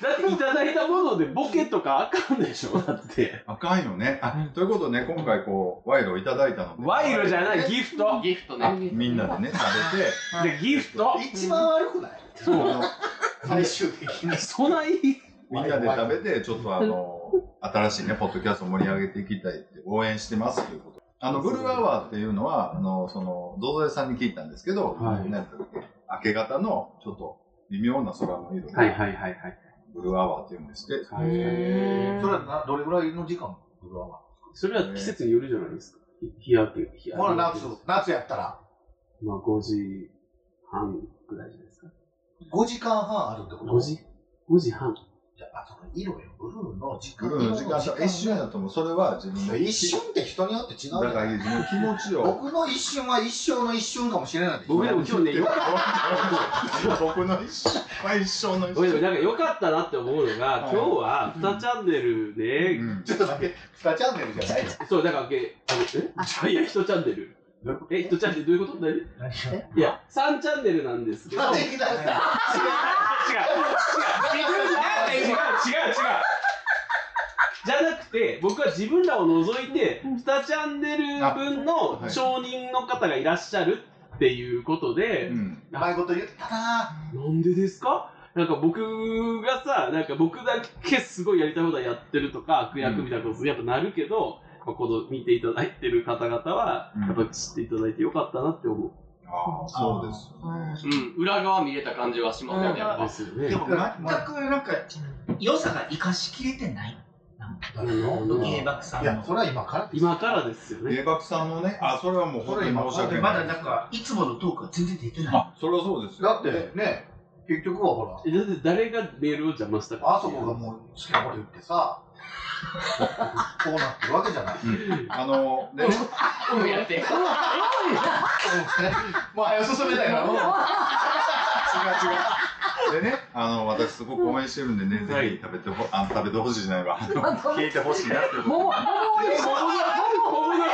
Speaker 10: だっていただいたものでボケとかあかんでしょ、だって。
Speaker 4: あかんよね。あ、ということでね、今回こう、賄賂をいただいたので。
Speaker 10: 賄賂じゃない、ギフト。
Speaker 6: ギフト
Speaker 4: あ
Speaker 6: ね
Speaker 4: みんなでね、食べ て、
Speaker 10: で、ギフト。
Speaker 2: 一番悪くない
Speaker 4: あの
Speaker 2: 最終的に
Speaker 10: そない。
Speaker 4: みんなで食べて、ちょっと あの、新しいね、ポッドキャストを盛り上げていきたいって、応援してますということ。あの、ブルーアワーっていうのは、あの、その、銅像屋さんに聞いたんですけど、
Speaker 10: はい
Speaker 4: なんか明け方の、ちょっと、微妙な空の色で、
Speaker 10: はいはいはいはい。
Speaker 4: ブルーアワーって言うんですって。
Speaker 2: そ
Speaker 5: へ
Speaker 2: れはなどれぐらいの時間ブルワは
Speaker 10: それは季節によるじゃないですか。日焼け、日焼け。
Speaker 2: ほら夏夏やったら
Speaker 10: まあ、5時半ぐらいじゃないですか。
Speaker 2: 5時間半あるってこと
Speaker 10: 5時 ?5 時半。
Speaker 2: じゃあ、その色よ、ブルーの時間
Speaker 4: ブルーの時間差、一瞬だと思う。それは自分の。
Speaker 2: 一瞬って人によって違うじゃ
Speaker 4: だから
Speaker 2: ない
Speaker 4: 自分の気持ちを。
Speaker 2: 僕の一瞬は一生の一瞬かもしれないでしょ
Speaker 10: 僕でも今日ね、よか
Speaker 4: 僕の一生、まあ一生の一
Speaker 10: 僕でも
Speaker 4: 生。
Speaker 10: なんか良かったなって思うのが、今
Speaker 4: はい
Speaker 10: 日は2チャンネル
Speaker 4: う
Speaker 10: で、
Speaker 4: ん
Speaker 2: ちょっとだけ、2チャンネルじゃ ないの
Speaker 10: そう、だから、え、あのえいや、1チャンネル。え、1チャンネルどういうこと何いや、3チャンネルなんですけど。違う
Speaker 2: あ、
Speaker 10: 違
Speaker 2: で
Speaker 10: う違う違う
Speaker 2: きなかった
Speaker 10: 違う違うじゃなくて、僕は自分らを除いて、2チャンネル分の承認の方がいらっしゃるっていうことで、
Speaker 4: うん。
Speaker 2: うまいこと言ったな
Speaker 10: なんでですかなんか僕がさ、なんか僕だけすごいやりたいことはやってるとか、悪役みたいなことやっぱなるけど、まあこの見ていただいてる方々は、
Speaker 4: うん
Speaker 10: やっぱ知っていただいてよかったなって思
Speaker 4: ああ、そうですよね。
Speaker 6: うん裏側見れた感じはしますよねやっ
Speaker 10: う。で
Speaker 6: ぱ
Speaker 10: すよね。
Speaker 8: でも全くなんか、良さが生かしきれてない。
Speaker 10: うん
Speaker 8: 芸爆さん
Speaker 2: い
Speaker 8: の。
Speaker 2: や、それは今からです
Speaker 10: 今からですよね。
Speaker 4: 芸爆さんのね、あ、それはもう本当に申し
Speaker 8: だっ
Speaker 4: 訳
Speaker 8: て
Speaker 4: ない。
Speaker 8: まだなんか、いつものトークは全然出てない。
Speaker 4: あ、それはそうですよ。
Speaker 2: だってね、結局はほら、
Speaker 10: えだって誰がメールを邪魔したか。
Speaker 2: あそこがもう好きなこと言って さ、こうなってるわけじゃない。
Speaker 4: あの、でね、
Speaker 6: うんやって
Speaker 2: もう早く進めたい な。
Speaker 4: でね、あの、私すごく応援してるんでね、
Speaker 10: は
Speaker 4: ぜ
Speaker 10: い
Speaker 4: ひ食べてほ、あの食べてほしいじゃないわ。あの
Speaker 5: あ
Speaker 4: 聞いてほしいなっていう
Speaker 5: 桃、
Speaker 4: こ
Speaker 5: 桃です。
Speaker 10: ここの話だ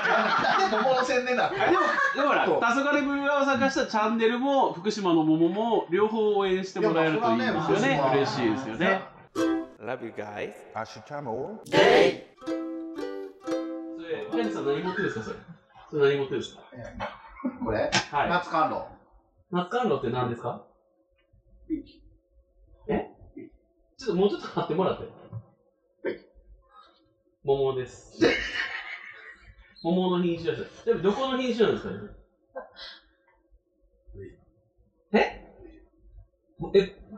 Speaker 10: った。
Speaker 2: なんで桃の宣伝なの
Speaker 10: でも、でもほら、黄昏ブルーアワーさんがしたチャンネルも、福島の桃も、両方応援してもらえるといいですよ
Speaker 2: い
Speaker 10: ね
Speaker 2: や。
Speaker 10: 嬉しいですよね。
Speaker 12: Love you guys.
Speaker 10: それ、フレンチさん何持ってるんですか、それ。それ何持ってるんですか
Speaker 2: これ
Speaker 10: はい。
Speaker 2: 夏感路。
Speaker 10: 夏カンロって何ですかえちょっともうちょっと貼ってもらって。桃 です。桃の品種です。でもどこの品種なんですかね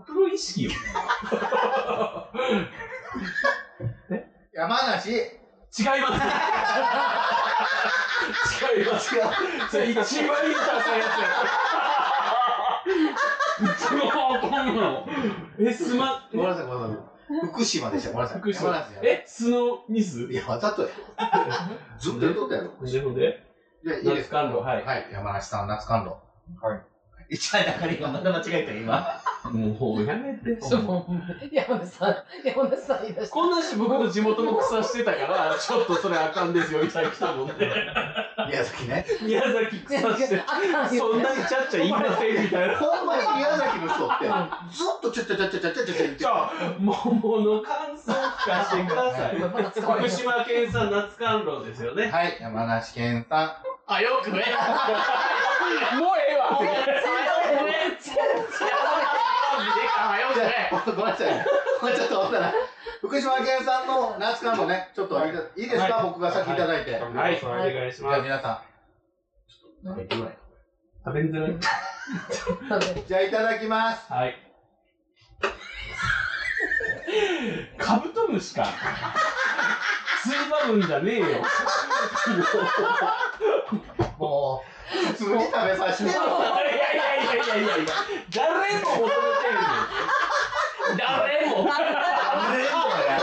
Speaker 10: プロ意識よ。
Speaker 2: 山梨違い
Speaker 10: ます違いますそれ一番いいさ、そういうやつ。 うわー、こんなの。え、すま、
Speaker 2: ごめんなさい、ごめんなさい。福島でした、ごめんなさい。
Speaker 10: 福島
Speaker 2: 山梨
Speaker 10: え、スノーミス
Speaker 2: いや、わ ざとや。ずっと言うとったやろ。
Speaker 10: 自分で
Speaker 2: じゃあいいで
Speaker 10: 夏
Speaker 2: すか
Speaker 10: 感度、はい。
Speaker 2: はい、山梨さん、夏感度。
Speaker 8: 一番だから今また間違えたよ今。
Speaker 10: もうやめて。
Speaker 5: 山田さん、山田さんいらっしゃ
Speaker 10: こんなんして僕の地元も草してたから、ちょっとそれあかんですよ、さ来たもんで。
Speaker 2: 宮崎ね。
Speaker 10: 宮崎草して、
Speaker 5: あかんよ
Speaker 10: そんなにちゃっちゃ言いませんみたいな。
Speaker 2: ほんまに宮崎の人って、ずっとちょちょちょちょちょちょちょちょ言って
Speaker 10: じゃあ、桃の感想聞 かせてください。
Speaker 5: まだ使わな
Speaker 10: 福
Speaker 5: い
Speaker 10: 島県産夏甘露ですよね。
Speaker 2: はい、山梨県産。
Speaker 6: あ、よくね。
Speaker 10: もうええわもうえ
Speaker 2: ごめんなさい。もうちょっと待ったら、福島県産の夏感度ね、ちょっといいいいですか、
Speaker 10: はい
Speaker 2: 僕が先いただいて。
Speaker 10: えわはい、お願いし
Speaker 2: じゃあ
Speaker 10: ます。
Speaker 2: 皆さん。なんか言わない
Speaker 10: 食べづらい。
Speaker 2: じゃあいただきます。
Speaker 10: はい。カブトムシか。スーバブンじゃねえよ。
Speaker 2: もう、普通に食べさせ
Speaker 10: い
Speaker 2: てよ。
Speaker 10: やいやいやいやいや誰も求めてんの。誰も。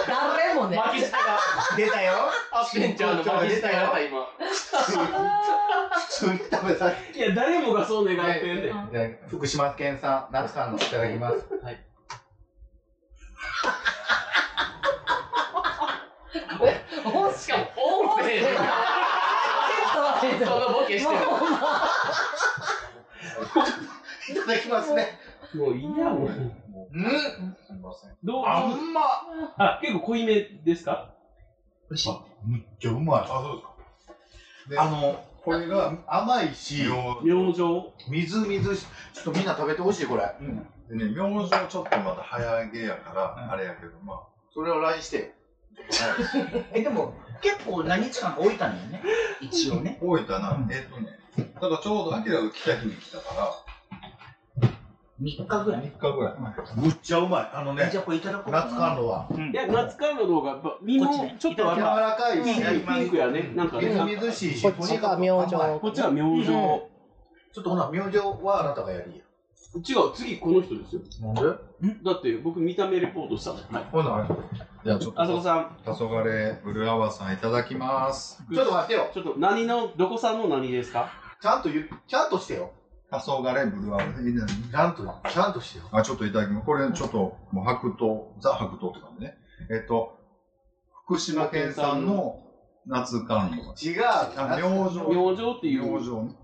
Speaker 5: 誰もね。
Speaker 10: 巻き舌が。
Speaker 8: 出たよ。
Speaker 6: あってんちゃんの巻き舌やった、今。
Speaker 2: 普通に食べさせて。
Speaker 10: いや、誰もがそう願ってんねん。
Speaker 2: じゃあ福島県産夏感度いただきます。
Speaker 5: 音し
Speaker 6: しかも、音声で。そのボケしてる。
Speaker 2: いただきますね。
Speaker 10: もういいや、もう。
Speaker 2: うん
Speaker 4: すみません。
Speaker 10: どう
Speaker 2: あんま
Speaker 10: あ、結構濃いめですか
Speaker 4: あ、むっちゃうまい。あ、そうですか。
Speaker 2: あの、
Speaker 4: これが、
Speaker 2: 甘いし、
Speaker 10: 明星。
Speaker 2: みずみずしい。ちょっとみんな食べてほしい、これ。
Speaker 4: でね、明星はちょっとまだ早げやから、あれやけど、まあ、
Speaker 2: それを LINE してよ。
Speaker 8: え、でも、結構何日間か置いたんだよね。一応ね。
Speaker 4: 大分な、えっとね、だからちょうどアキラが来た日に来たか
Speaker 8: 3日ぐら
Speaker 4: ら、
Speaker 8: い。
Speaker 4: 3日ぐらい。
Speaker 2: むっちゃうまい。あのね
Speaker 8: じ、ゃあこれいただこうかな
Speaker 2: 夏感度は。
Speaker 10: いや、夏からの動画、やっぱ身
Speaker 8: こっち
Speaker 10: も
Speaker 8: ね
Speaker 10: ちょっとやっ
Speaker 2: 柔
Speaker 10: ぱ、
Speaker 2: らかいし、
Speaker 10: ピンクやね。なんか
Speaker 2: み
Speaker 10: ね、
Speaker 2: ずみずしいし、
Speaker 13: こっちが明星
Speaker 2: 甘い
Speaker 10: こっちは明星。
Speaker 2: ちょっとほな、明星はあなたがやりや。
Speaker 10: 違う、次この人ですよ。
Speaker 2: なんで
Speaker 10: だって僕見た目レポートしたもん。はい。
Speaker 4: ほな、じゃあちょっ
Speaker 10: あそこ
Speaker 4: と、
Speaker 10: さん、
Speaker 4: 黄昏ブルーアワーさんいただきます。
Speaker 2: ちょっと待ってよ。
Speaker 10: ちょっと何の、どこさんの何ですか
Speaker 2: ちゃんと言う、ちゃんとしてよ。
Speaker 4: 黄昏ブルーアワー。いいね
Speaker 2: ちゃんと、ちゃんとしてよ。
Speaker 4: あ、ちょっといただきます。これちょっと、もう白桃、ザ白桃って感じね。えっと、福島県産の夏甘露。
Speaker 2: 違う。
Speaker 4: あ、明星。
Speaker 10: 明星っていう
Speaker 4: 明星ね。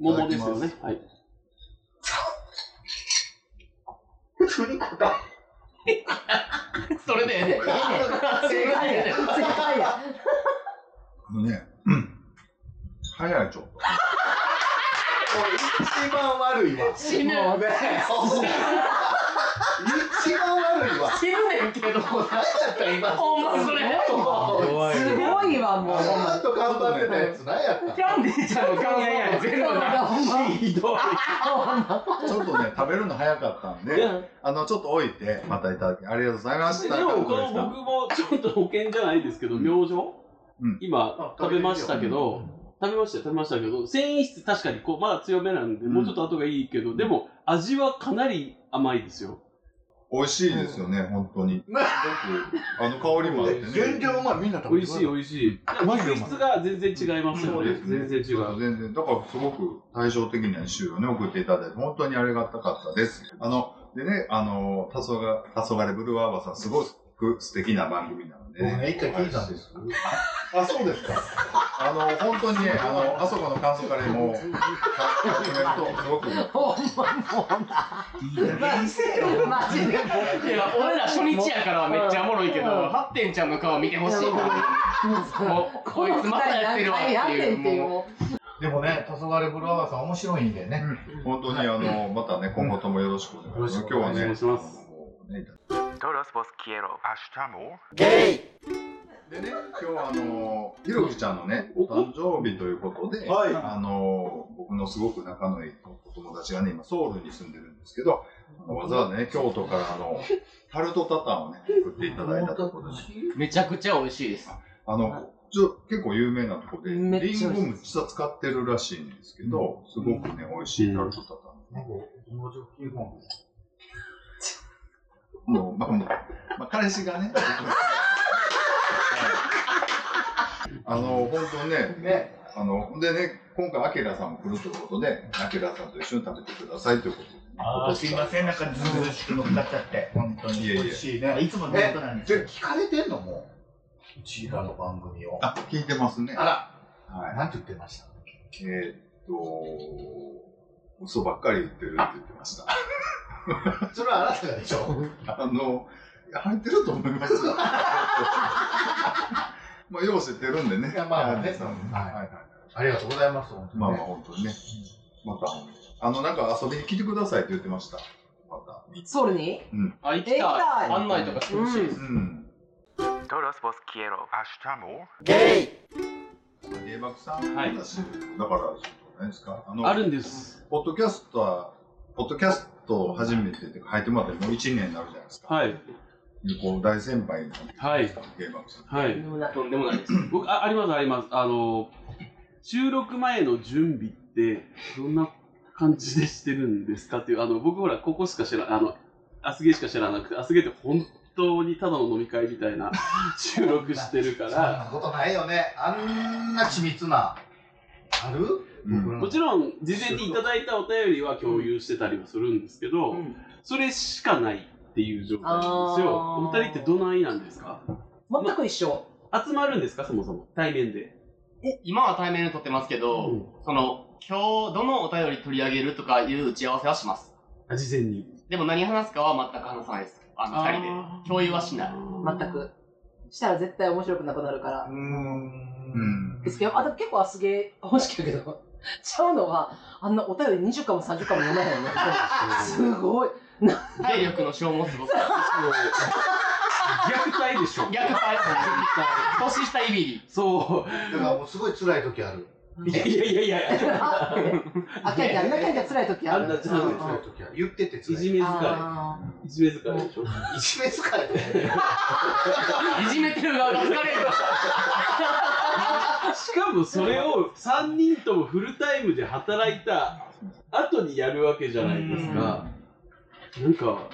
Speaker 10: 桃ですよね。はい。
Speaker 2: 普通に答
Speaker 6: それでええねん。
Speaker 5: 正解や。正解や。
Speaker 4: あのね、うん早いちょ っと。
Speaker 2: 一番悪いわ。
Speaker 6: 死ぬ。
Speaker 2: もうね、ほんま一番悪いわ。
Speaker 6: 死ぬねんけど。
Speaker 2: もう何やったら今。
Speaker 6: ほんまそれ。
Speaker 2: もう
Speaker 5: すごいわ、もう。
Speaker 2: ずっと頑張ってたやつ何やった
Speaker 6: キャンディーちゃんの顔
Speaker 10: いやいや
Speaker 6: 全部な。
Speaker 10: ひどい。
Speaker 4: ちょっとね、食べるの早かったんで、あの、ちょっと置いて、またいただき、ありがとうございまし
Speaker 10: で
Speaker 4: た。
Speaker 10: も、こ
Speaker 4: どうで
Speaker 10: の
Speaker 4: すか
Speaker 10: 僕もちょっと保険じゃないですけど、明星
Speaker 4: うん
Speaker 10: 今、食べましたけど、食べましたよ、食べましたけど、繊維質確かにこう、まだ強めなんで、
Speaker 4: うん
Speaker 10: もうちょっと後がいいけど、でも、味はかなり甘いですよ。
Speaker 4: 美味しいですよね、本当に。すごく、あの、香りもあってね。
Speaker 2: 全然うまい、みんな食
Speaker 10: 美
Speaker 2: べ
Speaker 10: 味
Speaker 2: て
Speaker 10: しい、美味しい。
Speaker 2: マジでう
Speaker 10: 肉
Speaker 2: まい
Speaker 10: 質が全然違いますよね。全然違
Speaker 4: そうう。全然。だから、すごく対照的な週をね、送っていただいて、本当にありがたかったです。あの、でね、あの、黄昏、黄昏ブルーアワーさん、すごく素敵な番組なので、
Speaker 2: 僕ね、一回聞いたんです。
Speaker 4: あ、そうですか。あの、本当にね、あの、あそこの感想カレーも、か決めると、すごく、
Speaker 5: ほんま、もう。マジで。マジで。
Speaker 6: いや、俺ら初日やからめっちゃおもろいけど、
Speaker 5: うん
Speaker 6: ハッテンちゃんの顔見てほしいな。もう、こいつまたやってるわって
Speaker 5: やって
Speaker 6: い
Speaker 5: ん
Speaker 6: う。
Speaker 5: っていう。
Speaker 6: もう
Speaker 5: も
Speaker 2: でもね、黄昏ブルーアワーさん面白いんでね。
Speaker 4: 本当に、あの、またね、今後ともよろしくお願いします。今日はね、
Speaker 10: よろしくお願いします
Speaker 4: あのもうね
Speaker 14: Todos vos quiero.
Speaker 15: Gay!
Speaker 4: でね、今日はあのひろきちゃんのね、お誕生日ということで、
Speaker 2: はい
Speaker 4: あの僕のすごく仲のいいお友達がね、今ソウルに住んでるんですけど、あのわざわざね、京都からあの、タルトタタンをね、送っていただいたところで、
Speaker 6: めちゃくちゃ美味しいです。
Speaker 4: あの、ちょ結構有名なとこで、
Speaker 6: めっちゃ美
Speaker 4: リンゴ
Speaker 6: 味しい
Speaker 4: むっちゃ使ってるらしいんですけど、すごくね、美味しいタルトタタン。もう、まあ、もう、まあ、彼氏がね。あの、本当ね、あの、でね、今回、アキラさんも来るということで、アキラさんと一緒に食べてくださいということで、ね。
Speaker 8: あーすいません、なんかずうずうしく乗っかっちゃって、本当に
Speaker 4: いえいえ
Speaker 8: 美味しいね。いつものことなんですよ。
Speaker 2: 聞かれてんのもう。うちらの番組を。
Speaker 4: あ、聞いてますね。
Speaker 2: あら、
Speaker 4: はい。
Speaker 2: なんて言ってました
Speaker 4: えーっと、嘘ばっかり言ってるって言ってました。
Speaker 2: それはあなたがでしょ。
Speaker 4: あの、いや入ってると思いますよ。まあ、よう知ってるんでね。
Speaker 2: いやまあね
Speaker 4: はいはい。
Speaker 2: ありがとうございます、本当に
Speaker 4: まあ
Speaker 2: ね
Speaker 4: まあ、本当にね。また、あの、なんか遊びに来てくださいって言ってました。また。
Speaker 5: ソウルに
Speaker 6: あ、行き
Speaker 5: 行き
Speaker 6: た
Speaker 5: た
Speaker 6: い。
Speaker 5: い
Speaker 6: 案内とかしてほしいです。
Speaker 4: うん。
Speaker 12: Todos vos quiero.
Speaker 4: 芸爆さん、
Speaker 10: はい
Speaker 4: だし、だから、何ですかあの
Speaker 10: あるんです。
Speaker 4: ポッドキャストは、ポッドキャスト初めてで入ってもらってもう1年になるじゃないですか。
Speaker 10: はい。
Speaker 4: でこう大先輩の
Speaker 10: はい。
Speaker 4: 芸爆さん。
Speaker 10: はい。
Speaker 1: とんでもないです。
Speaker 10: 僕あありますありますあの収録前の準備ってどんな感じでしてるんですかっていうあの僕ほらここしか知らあのアスゲーしか知らなくてアスゲーって本当にただの飲み会みたいな収録してるか
Speaker 2: そん
Speaker 10: ら
Speaker 2: なことないよね。あんな緻密な。ある
Speaker 4: うん
Speaker 10: もちろん事前にいただいたお便りは共有してたりはするんですけど、
Speaker 6: うん
Speaker 10: それしかないっていう状態なんですよ
Speaker 5: あ
Speaker 10: お
Speaker 5: ー
Speaker 10: 二人ってどないなんですか
Speaker 5: 全く一緒。
Speaker 10: 集まるんですかそもそも対面で
Speaker 6: 今は対面で撮ってますけど、
Speaker 10: うん
Speaker 6: その、今日どのお便り取り上げるとかいう打ち合わせはします。
Speaker 10: あ事前に
Speaker 6: でも何話すかは全く話さないです。あの二人で。
Speaker 10: あー
Speaker 6: 共有はしない。
Speaker 5: 全く。したら絶対面白くなくなるから。
Speaker 4: うん。
Speaker 5: ですけど、あでも結構あすげー欲しきやけど、ちゃうのは、あんなお便り20巻も30巻も読まへんの。すごい。
Speaker 6: 体力の消耗すごく。
Speaker 10: 虐待でしょ
Speaker 6: 逆体年下いびり。
Speaker 10: そう
Speaker 2: だからもうすごい辛い時ある。
Speaker 10: いやいやいやいや
Speaker 5: あ、あかんやん、なかんや辛い時あ
Speaker 10: あん
Speaker 5: る
Speaker 10: た。辛い時
Speaker 2: 辛い時ある。言ってて
Speaker 10: い
Speaker 2: 辛い。
Speaker 10: じ
Speaker 2: い
Speaker 10: め疲
Speaker 5: あー
Speaker 10: れ。いじめ疲れでしょ。
Speaker 2: じめ疲れてね。
Speaker 6: いじめてる側が疲れる。
Speaker 10: しかもそれを3人ともフルタイムで働いた後にやるわけじゃないですか。なんか、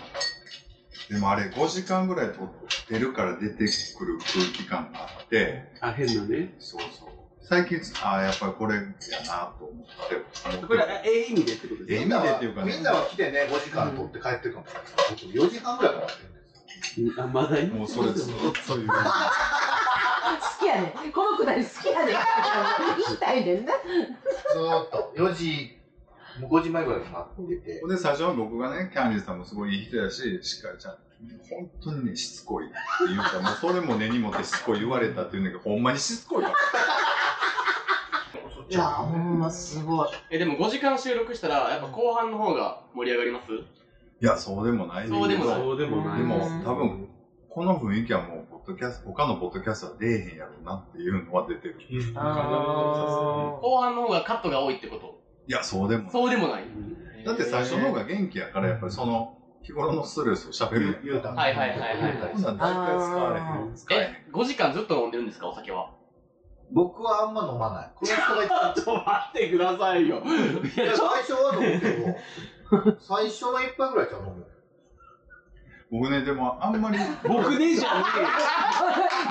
Speaker 4: でもあれ、5時間ぐらい撮ってるから出てくる空気感があって、
Speaker 10: あ、変なね。
Speaker 4: そうそう。最近、ああ、やっぱりこれやなと思って。
Speaker 10: これ、あええ意味でってことです
Speaker 4: え
Speaker 10: よ
Speaker 4: 意味でっていうかね
Speaker 2: みんなは来てね、5時間取って帰ってくるの。僕4時間ぐらいかかってるんですよ。
Speaker 10: あ、まだいい
Speaker 4: もうそれずっとそういう。
Speaker 5: 好きやねん。このくだり好きやねん。言いたいねんな。
Speaker 2: ずーっと。4時、もう5時前ぐらいになってて
Speaker 4: ほ。んで、最初は僕がね、キャンディーさんもすごいいい人やし、しっかりちゃん、本当にね、しつこいっていうか、もうそれも根に持ってしつこい言われたっていうんだけど、ほんまにしつこいわ。
Speaker 5: いや、ほんますごい。
Speaker 6: え、でも5時間収録したら、やっぱ後半の方が盛り上がります
Speaker 4: いや、そうでもないね
Speaker 6: そうでもない
Speaker 10: そうでもない。
Speaker 4: でも、多分、この雰囲気はもう、ポッドキャスト、他のポッドキャストは出えへんやろうなっていうのは出てる。
Speaker 5: あー
Speaker 6: 後半の方がカットが多いってこと
Speaker 4: いや、そうでもない。
Speaker 6: そうでもない。
Speaker 4: だって最初の方が元気やから、やっぱりその、日頃のストレスを喋
Speaker 2: 言う
Speaker 4: る。
Speaker 2: 言うたん
Speaker 6: はいはいはいはい
Speaker 4: こんなん大体使われへん。使えへん。
Speaker 6: え、5時間ずっと飲んでるんですか、お酒は。
Speaker 2: 僕はあんま飲まない。この人が言って
Speaker 1: ちょっと待ってくださいよ。い
Speaker 2: い
Speaker 1: や、
Speaker 2: や
Speaker 1: ちょっ
Speaker 2: 最初は飲むけど、最初の一杯ぐらいじゃ飲む。
Speaker 4: 僕ね、でも、あんま り、
Speaker 1: と僕ねじゃね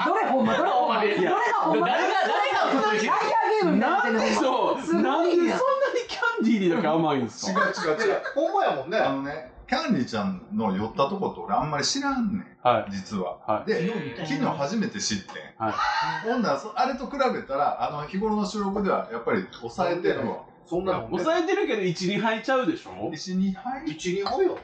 Speaker 5: どれほんま、どれほんま。どれがほんま。
Speaker 6: 誰が誰が嘘つい
Speaker 5: ライ
Speaker 6: てる
Speaker 5: アーゲー
Speaker 1: え
Speaker 5: ムみたいになっ
Speaker 1: な
Speaker 5: て
Speaker 1: ん
Speaker 5: んねん
Speaker 1: で
Speaker 5: ほんま
Speaker 1: そう、なんでそんなにキャンディーにだけ甘いんです
Speaker 4: 違う
Speaker 1: か
Speaker 4: 違う違う。
Speaker 2: ほんまやもんね。
Speaker 4: あのね、キャンディちゃんの寄ったとこと俺あんまり知らんねん、
Speaker 10: は
Speaker 4: 実は。
Speaker 10: は
Speaker 4: で、昨日初めて知ってん。
Speaker 10: はい
Speaker 4: ほんならそあれと比べたら、あの、日頃の収録ではやっぱり抑えてるわ。
Speaker 2: そんなの
Speaker 10: 抑えてるけど、1、2杯ちゃうでしょ
Speaker 4: 1、2杯
Speaker 2: 一人多いよ。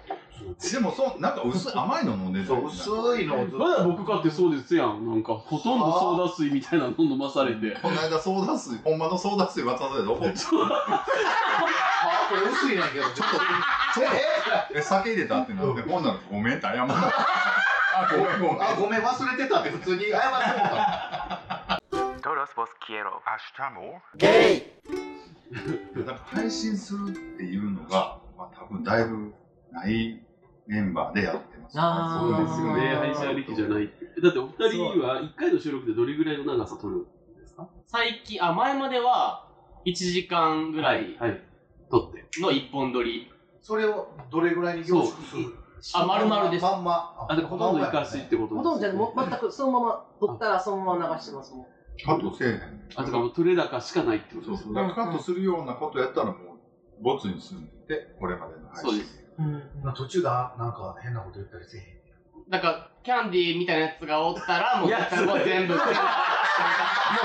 Speaker 4: でもそう、なんか薄い、甘いの飲んでる。
Speaker 2: そう、薄いのをずっと。
Speaker 10: まだ僕かってそうですやん。なんか、ほとんどソーダ水みたいなの飲まされて。
Speaker 4: この間ソーダ水、ほんまのソーダ水渡された怒って
Speaker 2: あ、これ薄いねんけど、ちょっと。え
Speaker 4: え、酒入れたってなって、ほんならごめんって謝る。あ、ごめんごめん。
Speaker 2: あ、ごめん、忘れてたって普通に謝ってもうた。
Speaker 16: Todos vos quiero.
Speaker 2: ゲイ
Speaker 4: なんか配信するっていうのが、まあ、多分だいぶないメンバーでやってます、
Speaker 5: あ
Speaker 10: そうですよね、配信ありきじゃないって。だってお二人は1回の収録でどれぐらいの長さ撮るんですか
Speaker 6: 最近、あ、前までは、1時間ぐらい
Speaker 10: はい。撮って。
Speaker 6: の一本撮り。
Speaker 2: それをどれぐらいに凝縮する
Speaker 6: あ丸々です
Speaker 2: まんま。
Speaker 10: あ、だからほとんど生かしってこと
Speaker 5: ほとんどじゃ
Speaker 10: です
Speaker 5: な
Speaker 10: ね
Speaker 5: いもう全くそのまま撮ったらそのまま流してますもん。
Speaker 4: カットせえへん。
Speaker 10: あ、だからもう撮れ高しかないってこと
Speaker 4: そう
Speaker 10: です
Speaker 4: そう。だからカットするようなことやったらもう、ボツにするんで、これまでの配信。
Speaker 10: そうです。
Speaker 2: まあ途中だ、なんか変なこと言ったりせえへん。
Speaker 6: なんか、キャンディーみたいなやつがおったら、もう、
Speaker 10: やつ
Speaker 6: もう全部、なんかもう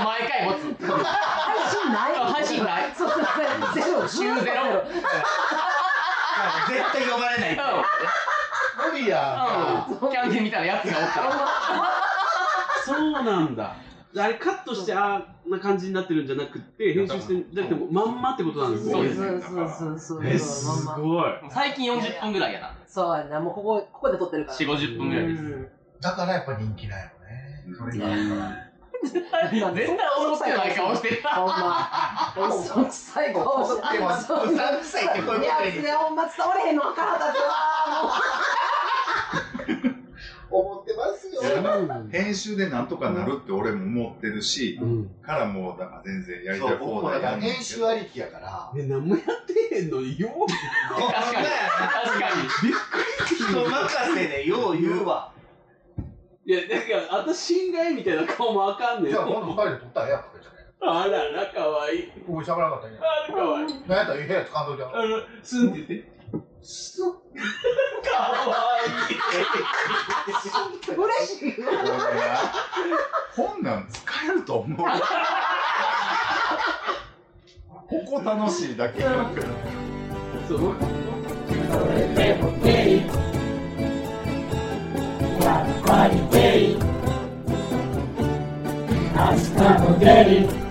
Speaker 6: 毎回ボツ。
Speaker 5: 配信ない
Speaker 6: あ配信ない
Speaker 5: そうそうゼロ、
Speaker 6: 週ゼロ
Speaker 5: ずっとゼロ。
Speaker 8: 絶対呼ばれないって。
Speaker 2: 無理や。
Speaker 6: うんキャンディーみたいなやつがおったら。
Speaker 10: そうなんだ。あれカットしてあんな感じになってるんじゃなくて、編集してなくてもまんまってことなんですね。
Speaker 6: そうです
Speaker 5: そうそうそうそう。
Speaker 10: え、す
Speaker 5: まんま
Speaker 10: ごい。
Speaker 6: 最近40分ぐらいやな。
Speaker 5: そうやな、もうここ、ここで撮ってるから。
Speaker 6: 4、50分ぐらいです。
Speaker 2: だからやっぱ人気なんやろね。それがあるから
Speaker 5: うん
Speaker 6: 絶対思ってない顔してた。
Speaker 5: ほんま。嘘くさい顔して
Speaker 8: でも、う
Speaker 5: 嘘くさい
Speaker 8: さんくさいってこういう
Speaker 5: い
Speaker 8: こと
Speaker 5: や、
Speaker 8: に。
Speaker 5: ほんま伝われへんの分からんかった
Speaker 2: 思ってますよ。
Speaker 4: 編集でなんとかなるって俺も思ってるし、
Speaker 10: うん。
Speaker 4: からもう、だから全然やり
Speaker 2: そ、
Speaker 4: たいう
Speaker 2: 僕
Speaker 4: 放
Speaker 2: もだ
Speaker 4: 題
Speaker 2: か
Speaker 4: や
Speaker 2: ら
Speaker 4: ん
Speaker 2: 編集ありきやから。
Speaker 10: ね、何もやってへんのによう。
Speaker 6: 確かに。確かに。
Speaker 8: 人任せでよう言うわ。
Speaker 10: いや、だから、あと信頼みたいな顔もあかんねん。
Speaker 2: じゃあ、
Speaker 10: あ
Speaker 2: 今度二人で撮ったらええやん、これじゃね。
Speaker 10: らら、かわいい。
Speaker 2: 僕喋らなかったんや。
Speaker 10: あら、かわいい。
Speaker 2: なんやったらいい部屋掴んどいてや
Speaker 10: あの、すんって言って。
Speaker 2: すっ
Speaker 5: 嬉しい。
Speaker 4: これなこんなん使えると思う。ここ楽しいだけやん
Speaker 10: そう、僕
Speaker 17: やっぱりゲイ明日もゲイ